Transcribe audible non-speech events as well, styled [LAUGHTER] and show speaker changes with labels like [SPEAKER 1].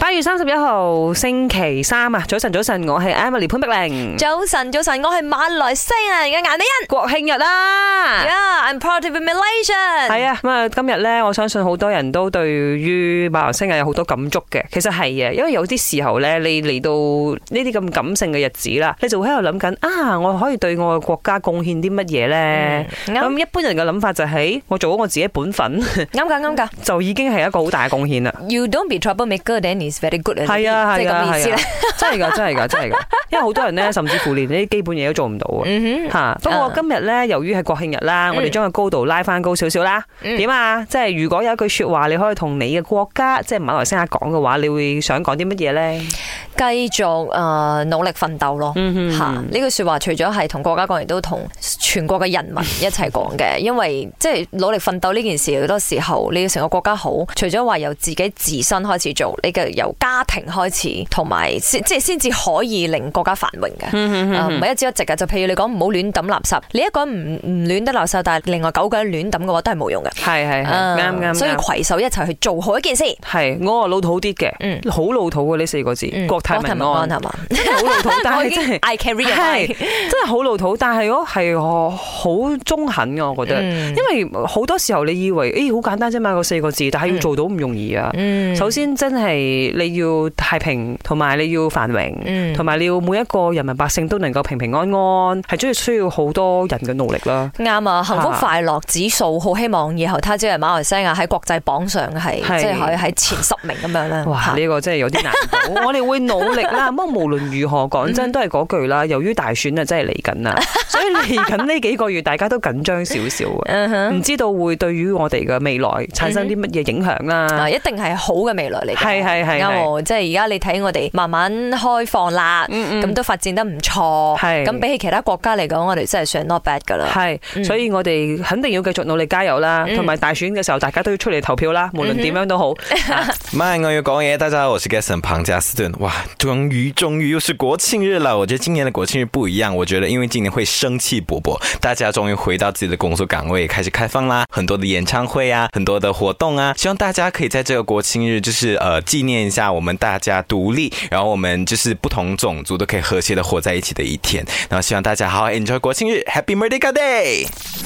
[SPEAKER 1] 八月三十一號星期三啊，早晨早晨，我係 Emily 潘碧玲。
[SPEAKER 2] 早晨，早晨，我係馬來西亞人嘅顏美欣。
[SPEAKER 1] 國慶日啦，
[SPEAKER 2] Yeah，I'm proud to be Malaysian。
[SPEAKER 1] 啊係啊，咁啊，今日呢，我相信好多人都對於馬來西亞有好多感觸嘅。其實係嘅，因為有啲時候呢，你嚟到呢啲咁感性嘅日子啦，你就會喺度諗緊啊，我可以對我嘅國家貢獻啲乜嘢呢？咁、
[SPEAKER 2] 嗯啱
[SPEAKER 1] 一般人嘅諗法就係、我做好我自己本分 [LAUGHS]
[SPEAKER 2] 啱噶，啱噶。
[SPEAKER 1] 就已經係一個好大嘅貢獻啦。
[SPEAKER 2] You don't be troublemaker，then is very good
[SPEAKER 1] 係啊
[SPEAKER 2] 即係
[SPEAKER 1] 係
[SPEAKER 2] 咁
[SPEAKER 1] 啊
[SPEAKER 2] 意思
[SPEAKER 1] 係
[SPEAKER 2] 咧
[SPEAKER 1] 啊。，真係噶真係噶真係噶，因為好多人咧甚至乎連呢啲基本嘢都做唔到啊。
[SPEAKER 2] 嗯哼，
[SPEAKER 1] 吓，不過
[SPEAKER 2] 啊
[SPEAKER 1] 今日咧，由於係國慶日啦，
[SPEAKER 2] 嗯
[SPEAKER 1] 我哋將個高度拉翻高少少啦。
[SPEAKER 2] 嗯
[SPEAKER 1] 點啊？即係如果有一句说話，你可以同你嘅國家，即係馬來西亞講嘅話，你會想講啲乜嘢咧？
[SPEAKER 2] 繼續誒努力奮鬥咯。
[SPEAKER 1] 嗯
[SPEAKER 2] 吓呢句说話除咗係同國家講，亦都同全國嘅人民一齊講
[SPEAKER 1] [LAUGHS]
[SPEAKER 2] 嘅，因為即係努力奮鬥呢件事，好多時候你要成個國家好，除咗話由自己自身開始做，你嘅由家庭開始，同埋先即係先至可以令國家繁榮嘅。
[SPEAKER 1] 嗯
[SPEAKER 2] 啊唔係一朝一夕嘅，就譬如你講唔好亂抌垃圾，你一個人唔唔亂得垃圾，但係另外九個人亂抌嘅話都係冇用嘅。
[SPEAKER 1] 係嗯係係啱啱
[SPEAKER 2] 啊所以
[SPEAKER 1] 啱
[SPEAKER 2] 攜手一齊去做好一件事。
[SPEAKER 1] 係我話老土啲嘅，
[SPEAKER 2] 嗯
[SPEAKER 1] 好老土嘅呢四個字，
[SPEAKER 2] 嗯
[SPEAKER 1] 國泰民安，
[SPEAKER 2] 國
[SPEAKER 1] 好 [LAUGHS]
[SPEAKER 2] 係嘛？
[SPEAKER 1] 老土，但
[SPEAKER 2] 我已
[SPEAKER 1] 係真
[SPEAKER 2] 經
[SPEAKER 1] 係
[SPEAKER 2] I carry
[SPEAKER 1] 係
[SPEAKER 2] it
[SPEAKER 1] 真係好老土，但係我係我好中肯嘅，我覺得。
[SPEAKER 2] 嗯
[SPEAKER 1] 因為好多時候你以為誒好、簡單啫嘛，個四個字，但係要做到唔容易啊。
[SPEAKER 2] 嗯
[SPEAKER 1] 首先真係你要太平，同埋你要繁榮。
[SPEAKER 2] 嗯
[SPEAKER 1] 同埋你要每一個人民百姓都能夠平平安安，係真係需要好多人嘅努力啦。
[SPEAKER 2] 啱啊！幸福
[SPEAKER 1] 嚇
[SPEAKER 2] 快樂指數好希望以後他朝日馬來西亞喺國際榜上係
[SPEAKER 1] 係
[SPEAKER 2] 即係可以喺前十名咁樣啦。
[SPEAKER 1] 哇！
[SPEAKER 2] 嗯嚇
[SPEAKER 1] 呢、個真係有啲難
[SPEAKER 2] [LAUGHS]
[SPEAKER 1] 度，我哋會努力啦。不過無論如何，講
[SPEAKER 2] 嗯
[SPEAKER 1] 真都係嗰句啦。由於大選啊，真係嚟緊
[SPEAKER 2] [LAUGHS]
[SPEAKER 1] 啦，所以嚟緊呢幾個月大家都緊張少少啊。
[SPEAKER 2] 嗯哼
[SPEAKER 1] 唔知道會對於我哋嘅未來產生啲乜嘢影響啦
[SPEAKER 2] 啊，。一定係好嘅未來嚟嘅，
[SPEAKER 1] 係係係
[SPEAKER 2] 啱喎即係而家你睇我哋慢慢開放啦，
[SPEAKER 1] 嗯
[SPEAKER 2] 咁都發展得唔錯，
[SPEAKER 1] 係
[SPEAKER 2] 咁比起其他國家嚟講，我哋真係算 not bad 噶啦。
[SPEAKER 1] 係，所以我哋肯定要繼續努力加油啦，
[SPEAKER 2] 嗯
[SPEAKER 1] 同埋大選嘅時候，大家都要出嚟投票啦，無論點樣都好。
[SPEAKER 3] 慢，我有講嘢。大家好，我是 Gaston 庞加斯顿。哇，终于终于又是国庆日了。我觉得今年的国庆日不一样，我觉得因为今年会生气勃勃，大家终于回到自己的工作岗位，开始开放啦，很多的演唱会啊，很多的活动啊，希望大家可以在这个国庆日，就是呃纪念一下我们大家独立，然后我们就是不同种族都可以和谐的活在一起的一天。然后希望大家好好 enjoy 国庆日，Happy Merdeka Day。